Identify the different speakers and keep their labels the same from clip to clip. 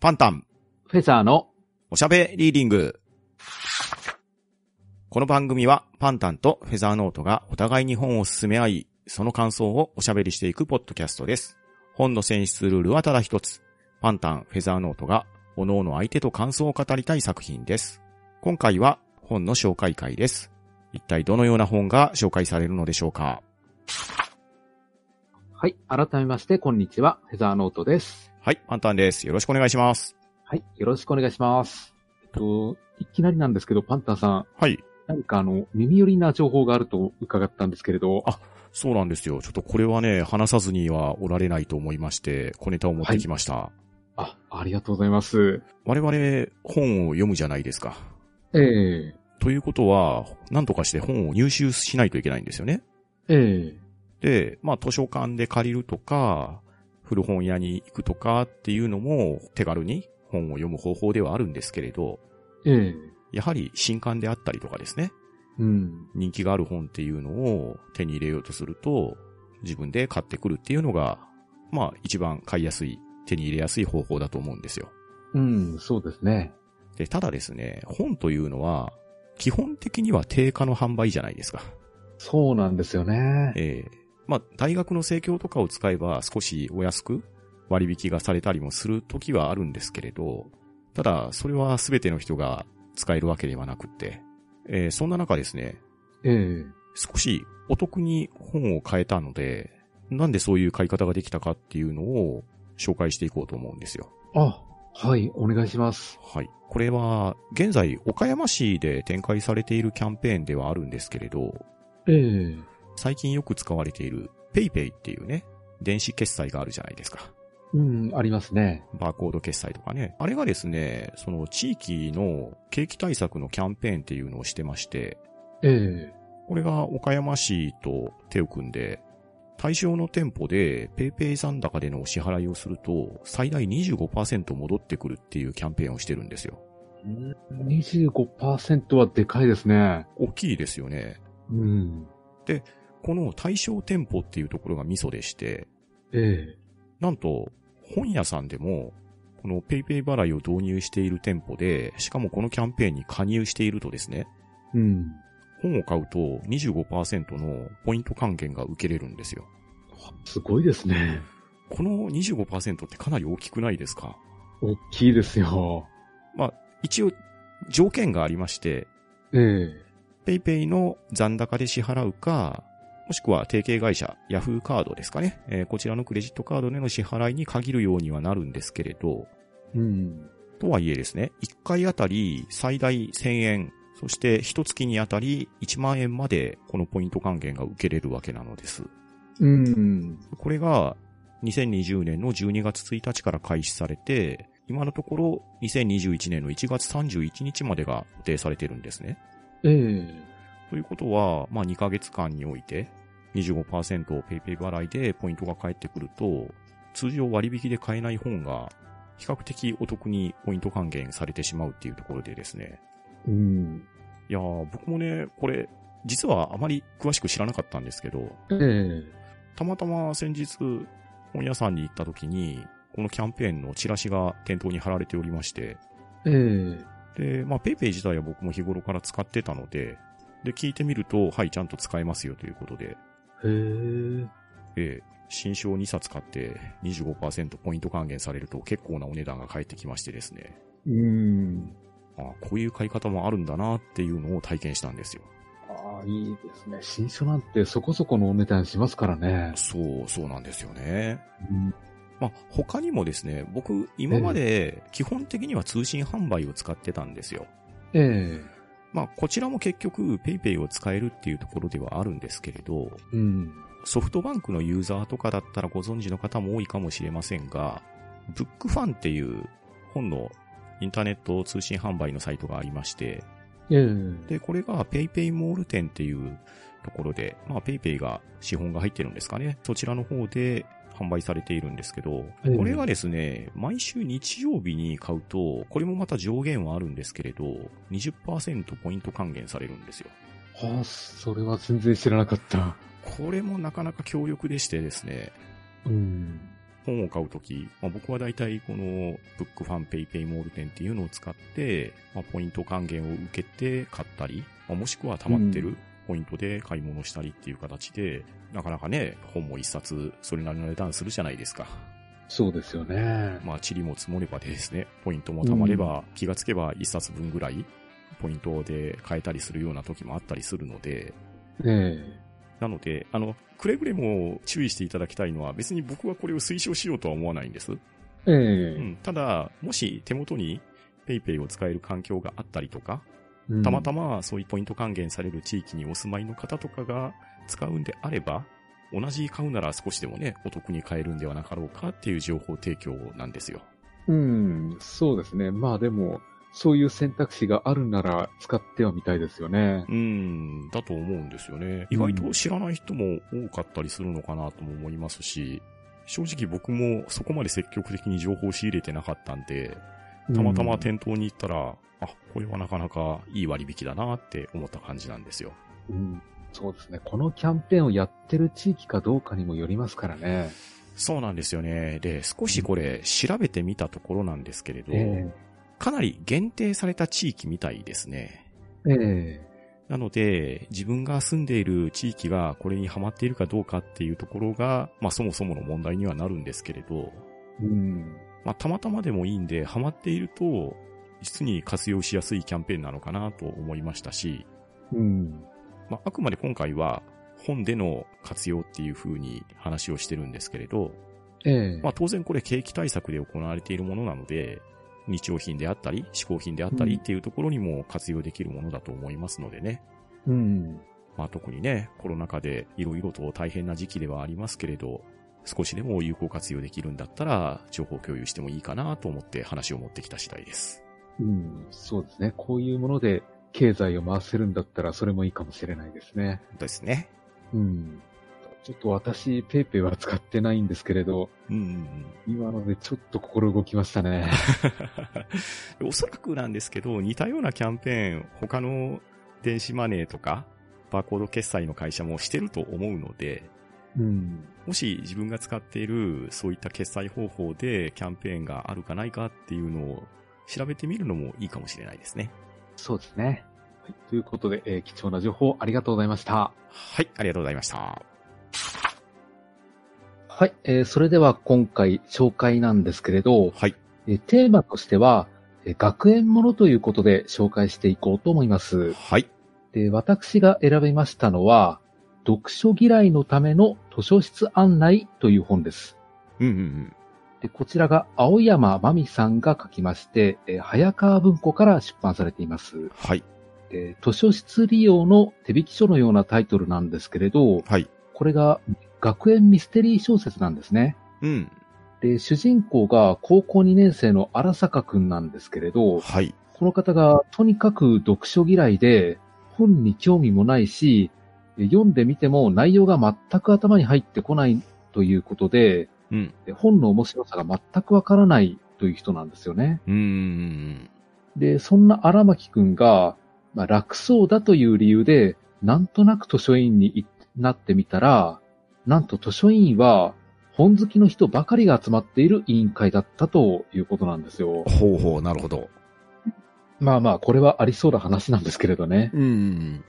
Speaker 1: パンタン、
Speaker 2: フェザーの、
Speaker 1: おしゃべリーディング。この番組は、パンタンとフェザーノートがお互いに本を進め合い、その感想をおしゃべりしていくポッドキャストです。本の選出ルールはただ一つ。パンタン、フェザーノートが、各々相手と感想を語りたい作品です。今回は、本の紹介会です。一体どのような本が紹介されるのでしょうか
Speaker 2: はい、改めまして、こんにちは、フェザーノートです。
Speaker 1: はい、パンタンです。よろしくお願いします。
Speaker 2: はい、よろしくお願いします。えっと、いきなりなんですけど、パンタンさん、
Speaker 1: はい。
Speaker 2: 何かあの、耳寄りな情報があると伺ったんですけれど、
Speaker 1: あそうなんですよ。ちょっとこれはね、話さずにはおられないと思いまして、小ネタを持ってきました。
Speaker 2: あ、ありがとうございます。
Speaker 1: 我々、本を読むじゃないですか。
Speaker 2: え
Speaker 1: ということは、なんとかして本を入手しないといけないんですよね。
Speaker 2: ええ
Speaker 1: で、まあ図書館で借りるとか、古本屋に行くとかっていうのも手軽に本を読む方法ではあるんですけれど、
Speaker 2: えええ
Speaker 1: やはり新刊であったりとかですね、
Speaker 2: うん、
Speaker 1: 人気がある本っていうのを手に入れようとすると、自分で買ってくるっていうのが、まあ一番買いやすい、手に入れやすい方法だと思うんですよ。
Speaker 2: うん、そうですね。
Speaker 1: で、ただですね、本というのは、基本的には定価の販売じゃないですか。
Speaker 2: そうなんですよね。
Speaker 1: ええまあ、大学の生協とかを使えば少しお安く割引がされたりもする時はあるんですけれど、ただ、それは全ての人が使えるわけではなくって、えーそんな中ですね、
Speaker 2: ええ
Speaker 1: 少しお得に本を買えたので、なんでそういう買い方ができたかっていうのを紹介していこうと思うんですよ。
Speaker 2: あ、はい、お願いします。
Speaker 1: はい。これは、現在、岡山市で展開されているキャンペーンではあるんですけれど、
Speaker 2: ええ
Speaker 1: 最近よく使われている PayPay っていうね、電子決済があるじゃないですか。
Speaker 2: うん、ありますね。
Speaker 1: バーコード決済とかね。あれがですね、その地域の景気対策のキャンペーンっていうのをしてまして、
Speaker 2: ええ
Speaker 1: これが岡山市と手を組んで、対象の店舗で PayPay 残高でのお支払いをすると、最大25%戻ってくるっていうキャンペーンをしてるんですよ。
Speaker 2: 25%はでかいですね。
Speaker 1: 大きいですよね。
Speaker 2: うん。
Speaker 1: この対象店舗っていうところがミソでして、
Speaker 2: ええ
Speaker 1: なんと、本屋さんでも、この PayPay 払いを導入している店舗で、しかもこのキャンペーンに加入しているとですね、
Speaker 2: うん。
Speaker 1: 本を買うと25%のポイント還元が受けれるんですよ。
Speaker 2: すごいですね。
Speaker 1: この25%ってかなり大きくないですか
Speaker 2: 大きいですよ。
Speaker 1: 一応、条件がありまして、
Speaker 2: ええ
Speaker 1: PayPay の残高で支払うか、もしくは提携会社、Yahoo カードですかね、えーこちらのクレジットカードでの支払いに限るようにはなるんですけれど、
Speaker 2: うん。
Speaker 1: とはいえですね、1回あたり最大1000円、そして1月にあたり1万円までこのポイント還元が受けれるわけなのです。
Speaker 2: うん。
Speaker 1: これが2020年の12月1日から開始されて、今のところ2021年の1月31日までが予定されてるんですね。
Speaker 2: ええ
Speaker 1: ということは、まあ2ヶ月間において25%を PayPay 払いでポイントが返ってくると、通常割引で買えない本が比較的お得にポイント還元されてしまうっていうところでですね。
Speaker 2: うん。
Speaker 1: いやー、僕もね、これ、実はあまり詳しく知らなかったんですけど、
Speaker 2: ええ
Speaker 1: たまたま先日、本屋さんに行った時に、このキャンペーンのチラシが店頭に貼られておりまして、
Speaker 2: ええ
Speaker 1: で、まあ、ペイペイ自体は僕も日頃から使ってたので、で、聞いてみると、はい、ちゃんと使えますよということで、
Speaker 2: へえ。
Speaker 1: ええ新書を2冊買って25%ポイント還元されると結構なお値段が返ってきましてですね、
Speaker 2: うん。
Speaker 1: ああこういう買い方もあるんだなっていうのを体験したんですよ。
Speaker 2: ああ、いいですね。新書なんてそこそこのお値段しますからね。
Speaker 1: そう、そうなんですよね。
Speaker 2: うん。
Speaker 1: まあ、他にもですね、僕、今まで基本的には通信販売を使ってたんですよ。
Speaker 2: ええ
Speaker 1: まあ、こちらも結局、ペイペイを使えるっていうところではあるんですけれど、
Speaker 2: うん。
Speaker 1: ソフトバンクのユーザーとかだったらご存知の方も多いかもしれませんが、ブックファンっていう本のインターネット通信販売のサイトがありまして、
Speaker 2: ええ
Speaker 1: で、これが PayPay モール店っていうところで、まあ PayPay が資本が入ってるんですかね。そちらの方で販売されているんですけど、
Speaker 2: うん
Speaker 1: これがですね、毎週日曜日に買うと、これもまた上限はあるんですけれど、20%ポイント還元されるんですよ。
Speaker 2: ああ、それは全然知らなかった。
Speaker 1: これもなかなか強力でしてですね、
Speaker 2: うん。
Speaker 1: 本を買うとき、まあ、僕は大体このブックファンペイペイモール店っていうのを使って、まあ、ポイント還元を受けて買ったり、まあ、もしくは溜まってるポイントで買い物したりっていう形で、なかなかね、本も一冊それなりの値段するじゃないですか。
Speaker 2: そうですよね。
Speaker 1: まあ、塵も積もればでですね、ポイントも貯まれば、気がつけば一冊分ぐらい、ポイントで買えたりするような時もあったりするので、
Speaker 2: え
Speaker 1: なので、あの、くれぐれも注意していただきたいのは、別に僕はこれを推奨しようとは思わないんです。
Speaker 2: ええ
Speaker 1: う
Speaker 2: え
Speaker 1: ん。ただ、もし手元に PayPay を使える環境があったりとか、たまた
Speaker 2: ま。
Speaker 1: まそういうポイント還元される地域にお住まいの方とかが使うんであれば、同じ買うなら少しでもね、お得に買えるんではなかろうかっていう情報提供なんですよ。
Speaker 2: うん、そうですね。まあでも、そういう選択肢があるなら使ってはみたいですよね。
Speaker 1: うん、だと思うんですよね。意外と知らない人も多かったりするのかなとも思いますし、正直僕もそこまで積極的に情報を仕入れてなかったんで、たまたま店頭に行ったら、あ、これはなかなかいい割引だなって思った感じなんですよ。
Speaker 2: うん、うんそうですね。このキャンペーンをやってる地域かどうかにもよりますからね。
Speaker 1: そうなんですよね。で、少しこれ調べてみたところなんですけれど、
Speaker 2: え
Speaker 1: かなり限定された地域みたいですね。
Speaker 2: ええ
Speaker 1: なので、自分が住んでいる地域がこれにハマっているかどうかっていうところが、まあそもそもの問題にはなるんですけれど、
Speaker 2: えうん。
Speaker 1: まあたまたまでもいいんで、ハマっていると、実に活用しやすいキャンペーンなのかなと思いましたし、
Speaker 2: うん。
Speaker 1: まああくまで今回は本での活用っていう風に話をしてるんですけれど、
Speaker 2: ええ
Speaker 1: まあ当然これ景気対策で行われているものなので、日用品であったり、嗜好品であったりっていうところにも活用できるものだと思いますのでね。
Speaker 2: うん。
Speaker 1: まあ特にね、コロナ禍でいろいろと大変な時期ではありますけれど、少しでも有効活用できるんだったら、情報共有してもいいかなと思って話を持ってきた次第です。
Speaker 2: うん。そうですね。こういうもので経済を回せるんだったらそれもいいかもしれないですね。
Speaker 1: ですね。
Speaker 2: うん。ちょっと私、ペイペイは使ってないんですけれど、
Speaker 1: うんうんうん。
Speaker 2: 今のでちょっと心動きまし たね。
Speaker 1: おそらくなんですけど、似たようなキャンペーン、他の電子マネーとか、バーコード決済の会社もしてると思うので、
Speaker 2: うん。
Speaker 1: もし自分が使っているそういった決済方法でキャンペーンがあるかないかっていうのを調べてみるのもいいかもしれないですね。
Speaker 2: そうですね。はい、ということで、えー貴重な情報ありがとうございました。
Speaker 1: はい、ありがとうございました。
Speaker 2: はい、えーそれでは今回紹介なんですけれど、
Speaker 1: はい。
Speaker 2: えーテーマとしては、えー学園ものということで紹介していこうと思います。
Speaker 1: はい。
Speaker 2: で、私が選びましたのは、読書嫌いのための図書室案内という本です。
Speaker 1: うんうんうん。
Speaker 2: で、こちらが青山真美さんが書きまして、えー早川文庫から出版されています。
Speaker 1: はい。
Speaker 2: で図書室利用の手引き書のようなタイトルなんですけれど、
Speaker 1: はい。
Speaker 2: これが学園ミステリー小説なんですね。
Speaker 1: うん。
Speaker 2: で、主人公が高校2年生の荒坂くんなんですけれど、
Speaker 1: はい。
Speaker 2: この方がとにかく読書嫌いで、本に興味もないし、読んでみても内容が全く頭に入ってこないということで、
Speaker 1: うん。
Speaker 2: で本の面白さが全くわからないという人なんですよね。
Speaker 1: うんうんうん。
Speaker 2: で、そんな荒牧くんが、まあ、楽そうだという理由で、なんとなく図書委員になってみたら、なんと図書委員は、本好きの人ばかりが集まっている委員会だったということなんですよ。
Speaker 1: ほうほう、なるほど。
Speaker 2: まあまあ、これはありそうな話なんですけれどね。
Speaker 1: うんうん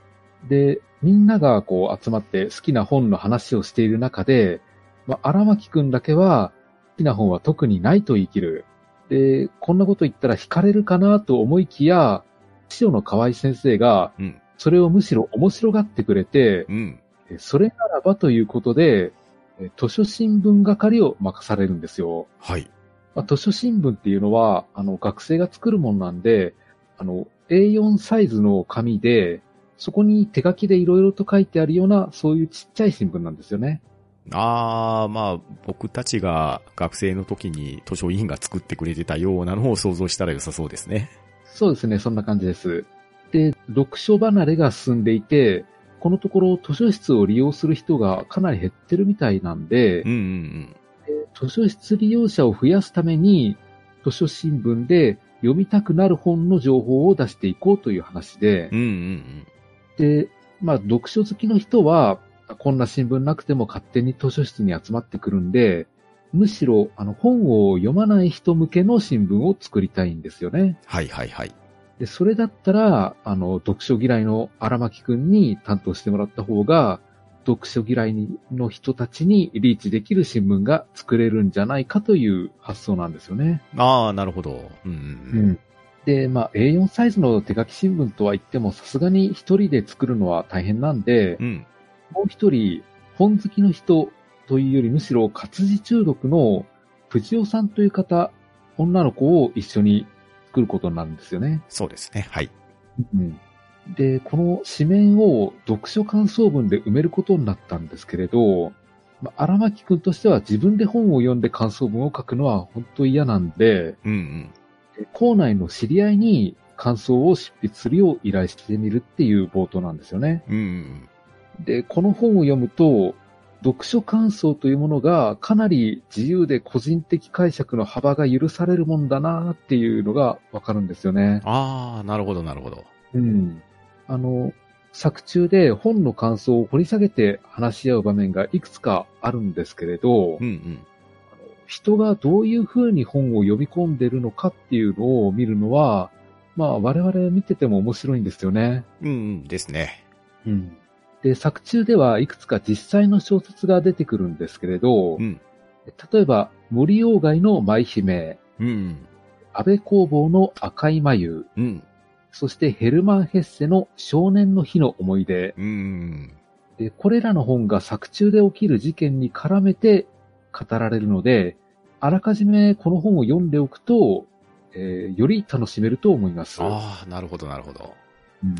Speaker 2: で、みんながこう集まって好きな本の話をしている中で、まあ、荒牧くんだけは好きな本は特にないと言い切る。で、こんなこと言ったら惹かれるかなと思いきや、師匠の河合先生が
Speaker 1: うん、
Speaker 2: それをむしろ面白がってくれて、
Speaker 1: うん。うん。
Speaker 2: えそれならばということで、え図書新聞係を任されるんですよ。
Speaker 1: はい。
Speaker 2: まあ、図書新聞っていうのは、あの、学生が作るものなんで、あの、A4 サイズの紙で、そこに手書きでいろいろと書いてあるような、そういうちっちゃい新聞なんですよね。
Speaker 1: あー、まあ、僕たちが学生の時に図書委員が作ってくれてたようなのを想像したら良さそうですね。
Speaker 2: そうですね、そんな感じです。で、読書離れが進んでいて、このところ図書室を利用する人がかなり減ってるみたいなんで、
Speaker 1: うんうん
Speaker 2: 図書室利用者を増やすために、図書新聞で読みたくなる本の情報を出していこうという話で、
Speaker 1: うん。うんうん
Speaker 2: で、まあ、読書好きの人は、こんな新聞なくても勝手に図書室に集まってくるんで、むしろ、あの、本を読まない人向けの新聞を作りたいんですよね。
Speaker 1: はいはいはい。
Speaker 2: で、それだったら、あの、読書嫌いの荒牧くんに担当してもらった方が、読書嫌いの人たちにリーチできる新聞が作れるんじゃないかという発想なんですよね。
Speaker 1: ああ、なるほど。うんうんうん。
Speaker 2: で、まあ、A4 サイズの手書き新聞とは言っても、さすがに一人で作るのは大変なんで、
Speaker 1: うん。
Speaker 2: もう一人、本好きの人というよりむしろ活字中毒の藤尾さんという方、女の子を一緒に作ることになるんですよね。
Speaker 1: そうですね。はい。
Speaker 2: うん、で、この紙面を読書感想文で埋めることになったんですけれど、まあ荒牧くんとしては自分で本を読んで感想文を書くのは本当嫌なんで、
Speaker 1: うんうん。
Speaker 2: 校内の知り合いに感想を執筆するよう依頼してみるっていう冒頭なんですよね。
Speaker 1: うんうん
Speaker 2: で、この本を読むと、読書感想というものがかなり自由で個人的解釈の幅が許されるもんだなっていうのがわかるんですよね。
Speaker 1: ああ、なるほどなるほど。
Speaker 2: うん。あの、作中で本の感想を掘り下げて話し合う場面がいくつかあるんですけれど
Speaker 1: うん、うん。
Speaker 2: 人がどういう風に本を読み込んでるのかっていうのを見るのは、まあ我々見てても面白いんですよね。
Speaker 1: うんうんですね。
Speaker 2: うん。で、作中ではいくつか実際の小説が出てくるんですけれど、
Speaker 1: うん
Speaker 2: 例えば森鴎外の舞姫、
Speaker 1: うんうん。
Speaker 2: 安倍工房の赤い眉、
Speaker 1: うん。
Speaker 2: そしてヘルマン・ヘッセの少年の日の思い出、
Speaker 1: うんうん。
Speaker 2: で、これらの本が作中で起きる事件に絡めて語られるので、あらかじめこの本を読んでおくと、えーより楽しめると思います、
Speaker 1: ああ、なるほどなるほど。
Speaker 2: うん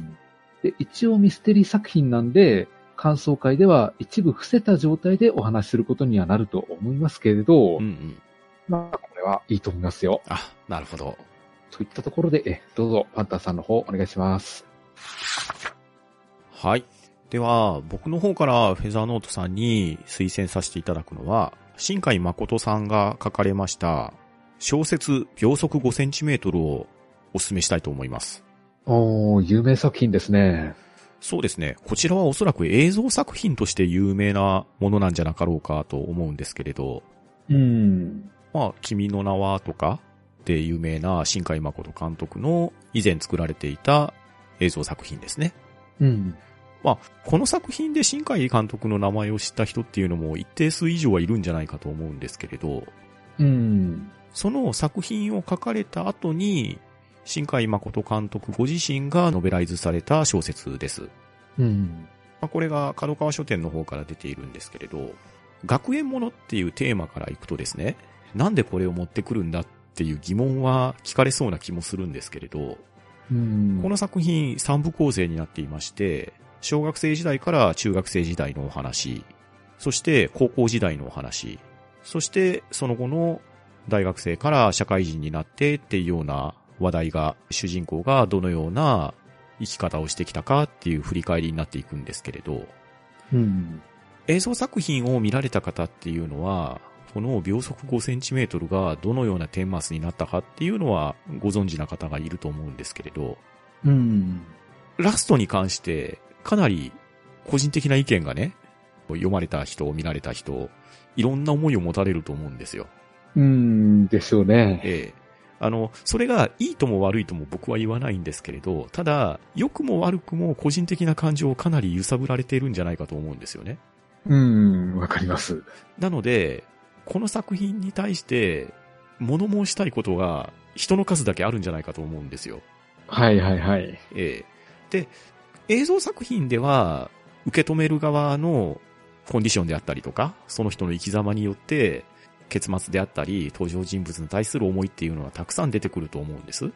Speaker 2: で。一応ミステリー作品なんで、感想会では一部伏せた状態でお話しすることにはなると思いますけれど、
Speaker 1: うんうん。
Speaker 2: まあ、これはいいと思いますよ。
Speaker 1: あ、なるほど。
Speaker 2: といったところで、えどうぞ、パンタさんの方お願いします。
Speaker 1: はい。では、僕の方からフェザーノートさんに推薦させていただくのは、新海誠さんが書かれました、小説秒速5センチメートルをお勧めしたいと思います。
Speaker 2: おー、有名作品ですね。
Speaker 1: そうですね。こちらはおそらく映像作品として有名なものなんじゃなかろうかと思うんですけれど、
Speaker 2: うん。
Speaker 1: まあ、君の名はとかで有名な新海誠監督の以前作られていた映像作品ですね。
Speaker 2: うん。
Speaker 1: まあ、この作品で新海監督の名前を知った人っていうのも一定数以上はいるんじゃないかと思うんですけれど、
Speaker 2: うん。
Speaker 1: その作品を書かれた後に、新海誠監督ご自身がノベライズされた小説です。ま
Speaker 2: うん。
Speaker 1: あ、これが角川書店の方から出ているんですけれど、学園ものっていうテーマからいくとですね、なんでこれを持ってくるんだっていう疑問は聞かれそうな気もするんですけれど、
Speaker 2: うん
Speaker 1: この作品3部構成になっていまして、小学生時代から中学生時代のお話、そして高校時代のお話、そしてその後の大学生から社会人になってっていうような話題が主人公がどのような生き方をしてきたかっていう振り返りになっていくんですけれど、
Speaker 2: うん。
Speaker 1: 映像作品を見られた方っていうのは、この秒速5センチメートルがどのような顛末になったかっていうのはご存知な方がいると思うんですけれど、
Speaker 2: うん。
Speaker 1: ラストに関して、かなり個人的な意見がね、読まれた人、見られた人、いろんな思いを持たれると思うんですよ。
Speaker 2: うん。でしょうね。
Speaker 1: ええ。あの、それがいいとも悪いとも僕は言わないんですけれど、ただ、良くも悪くも個人的な感情をかなり揺さぶられているんじゃないかと思うんですよね。
Speaker 2: うん。わかります。
Speaker 1: なので、この作品に対して、物申したいことが人の数だけあるんじゃないかと思うんですよ。
Speaker 2: はいはいはい。
Speaker 1: ええで、映像作品では、受け止める側のコンディションであったりとか、その人の生き様によって、結末であったり、登場人物に対する思いっていうのはたくさん出てくると思うんです。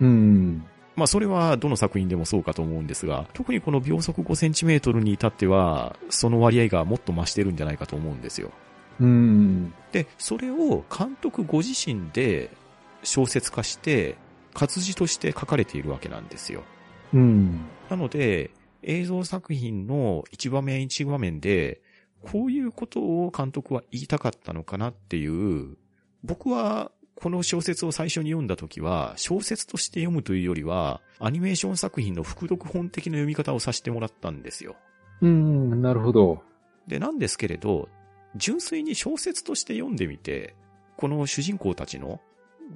Speaker 2: うん。
Speaker 1: まあそれはどの作品でもそうかと思うんですが、特にこの秒速5センチメートルに至っては、その割合がもっと増してるんじゃないかと思うんですよ。
Speaker 2: うん。
Speaker 1: で、それを監督ご自身で小説化して、活字として書かれているわけなんですよ。
Speaker 2: うん。
Speaker 1: なので、映像作品の一場面一場面で、こういうことを監督は言いたかったのかなっていう、僕はこの小説を最初に読んだ時は、小説として読むというよりは、アニメーション作品の副読本的な読み方をさせてもらったんですよ。
Speaker 2: うん。なるほど。
Speaker 1: で、なんですけれど、純粋に小説として読んでみて、この主人公たちの、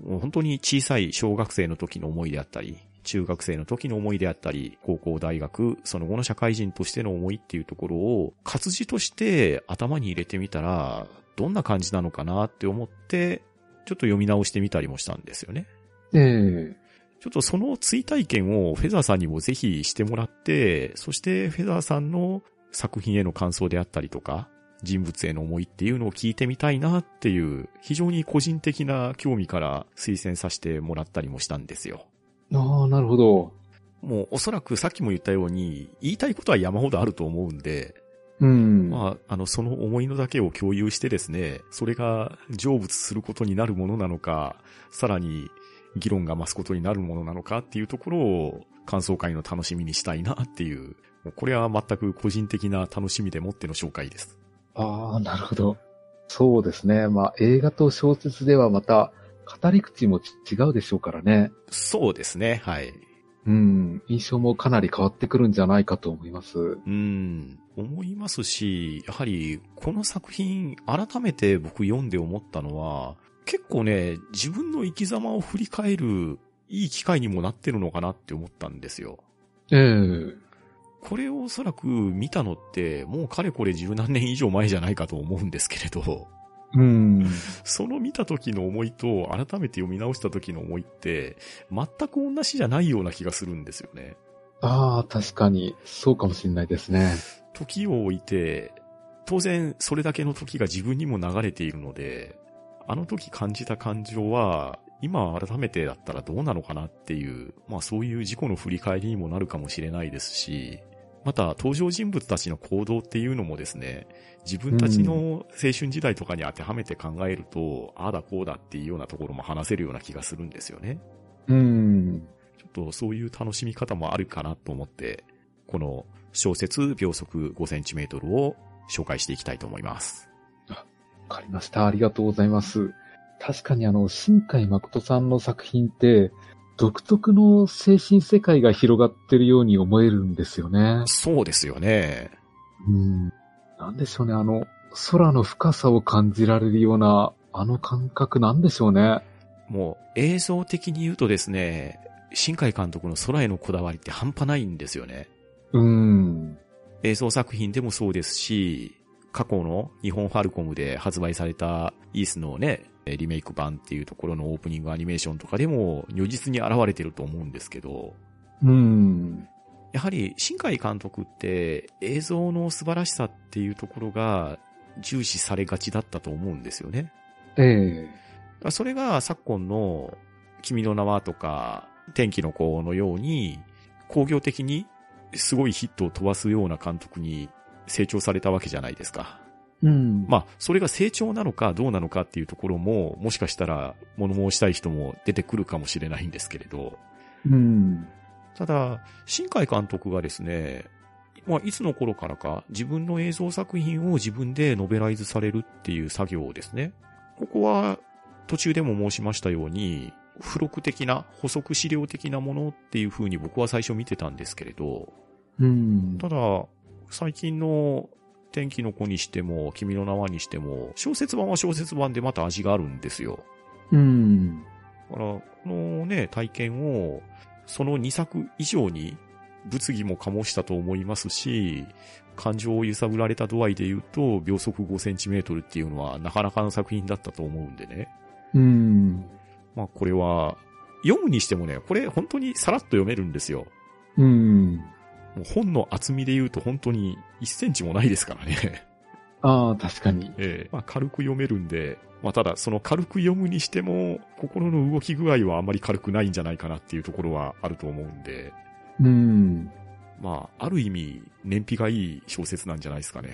Speaker 1: もう本当に小さい小学生の時の思いであったり、中学生の時の思いであったり、高校、大学、その後の社会人としての思いっていうところを、活字として頭に入れてみたら、どんな感じなのかなって思って、ちょっと読み直してみたりもしたんですよね。
Speaker 2: ええ
Speaker 1: ちょっとその追体験をフェザーさんにもぜひしてもらって、そしてフェザーさんの作品への感想であったりとか、人物への思いっていうのを聞いてみたいなっていう、非常に個人的な興味から推薦させてもらったりもしたんですよ。
Speaker 2: ああ、なるほど。
Speaker 1: もうおそらくさっきも言ったように、言いたいことは山ほどあると思うんで、
Speaker 2: うん。
Speaker 1: まあ、あの、その思いのだけを共有してですね、それが成仏することになるものなのか、さらに議論が増すことになるものなのかっていうところを感想会の楽しみにしたいなっていう、もうこれは全く個人的な楽しみでもっての紹介です。
Speaker 2: ああ、なるほど。そうですね。まあ、映画と小説ではまた、語り口も違うでしょうからね。
Speaker 1: そうですね、はい。
Speaker 2: うん。印象もかなり変わってくるんじゃないかと思います。
Speaker 1: うん、思いますし、やはりこの作品改めて僕読んで思ったのは、結構ね、自分の生き様を振り返るいい機会にもなってるのかなって思ったんですよ。
Speaker 2: ええ
Speaker 1: これをおそらく見たのって、もうかれこれ十何年以上前じゃないかと思うんですけれど、
Speaker 2: うん。
Speaker 1: その見た時の思いと、改めて読み直した時の思いって、全く同じじゃないような気がするんですよね。
Speaker 2: ああ、確かに、そうかもしれないですね。
Speaker 1: 時を置いて、当然それだけの時が自分にも流れているので、あの時感じた感情は、今改めてだったらどうなのかなっていう、まあそういう事故の振り返りにもなるかもしれないですし、また登場人物たちの行動っていうのもですね、自分たちの青春時代とかに当てはめて考えると、ああだこうだっていうようなところも話せるような気がするんですよね。
Speaker 2: うん。
Speaker 1: ちょっとそういう楽しみ方もあるかなと思って、この小説秒速5センチメートルを紹介していきたいと思います。
Speaker 2: わかりました。ありがとうございます。確かにあの、新海誠さんの作品って、独特の精神世界が広がってるように思えるんですよね。
Speaker 1: そうですよね。
Speaker 2: うん。なんでしょうね、あの、空の深さを感じられるような、あの感覚なんでしょうね。
Speaker 1: もう映像的に言うとですね、新海監督の空へのこだわりって半端ないんですよね。
Speaker 2: うん。
Speaker 1: 映像作品でもそうですし、過去の日本ファルコムで発売されたイースのね、リメイク版っていうところのオープニングアニメーションとかでも如実に現れてると思うんですけど、
Speaker 2: うん。
Speaker 1: やはり新海監督って映像の素晴らしさっていうところが重視されがちだったと思うんですよね。
Speaker 2: ええ
Speaker 1: だからそれが昨今の君の名はとか天気の子のように工業的にすごいヒットを飛ばすような監督に成長されたわけじゃないですか。
Speaker 2: うん。
Speaker 1: まあ、それが成長なのかどうなのかっていうところももしかしたら物申したい人も出てくるかもしれないんですけれど。
Speaker 2: うん。
Speaker 1: ただ、新海監督がですね、まあ、いつの頃からか自分の映像作品を自分でノベライズされるっていう作業をですね、ここは途中でも申しましたように、付録的な補足資料的なものっていう風に僕は最初見てたんですけれど、
Speaker 2: うん。
Speaker 1: ただ、最近の天気の子にしても、君の名はにしても、小説版は小説版でまた味があるんですよ。
Speaker 2: うん。
Speaker 1: だから、このね、体験を、その2作以上に、物議も醸したと思いますし、感情を揺さぶられた度合いで言うと、秒速5センチメートルっていうのは、なかなかの作品だったと思うんでね。
Speaker 2: うん。
Speaker 1: まあ、これは、読むにしてもね、これ本当にさらっと読めるんですよ。
Speaker 2: うん。
Speaker 1: もう本の厚みで言うと本当に1センチもないですからね。
Speaker 2: ああ、確かに。
Speaker 1: ええまあ、軽く読めるんで、まあ、ただ、その軽く読むにしても、心の動き具合はあまり軽くないんじゃないかなっていうところはあると思うんで、
Speaker 2: うん。
Speaker 1: まあ、ある意味、燃費がいい小説なんじゃないですかね。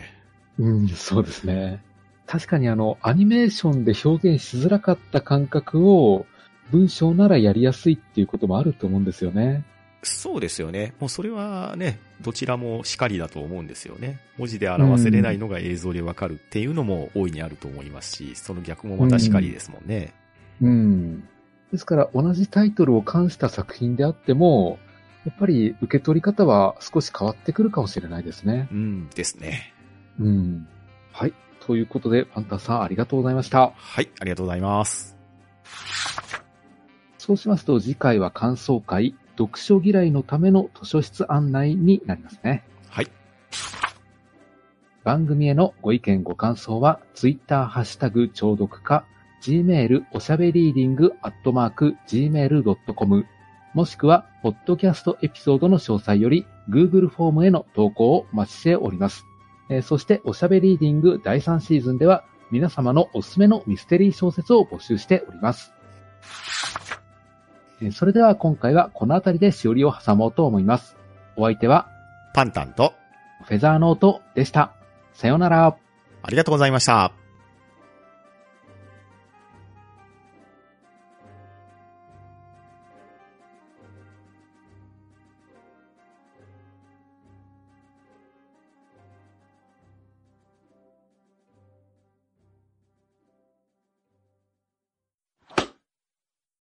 Speaker 2: うん、そうですね。確かにあの、アニメーションで表現しづらかった感覚を、文章ならやりやすいっていうこともあると思うんですよね。
Speaker 1: そうですよね。もうそれはね、どちらもしかりだと思うんですよね。文字で表せれないのが映像でわかるっていうのも大いにあると思いますし、その逆もまたしかりですもんね。
Speaker 2: うん。ですから、同じタイトルを冠した作品であっても、やっぱり受け取り方は少し変わってくるかもしれないですね。
Speaker 1: うん、ですね。
Speaker 2: うん。はい。ということで、パンタンさんありがとうございました。
Speaker 1: はい、ありがとうございます。
Speaker 2: そうしますと、次回は感想会、読書嫌いのための図書室案内になりますね。
Speaker 1: はい。
Speaker 2: 番組へのご意見ご感想は、ツイッターハッシュタグ、聴読か、gmail、おしゃべりーディング、アットマーク、gmail.com、もしくは、ポッドキャストエピソードの詳細より、Google フォームへの投稿をお待ちしております。えーそして、おしゃべりーディング第3シーズンでは、皆様のおすすめのミステリー小説を募集しております。えーそれでは今回はこの辺りでしおりを挟もうと思います。お相手は、
Speaker 1: パンタンと、
Speaker 2: フェザーノートでした。さようなら。
Speaker 1: ありがとうございました。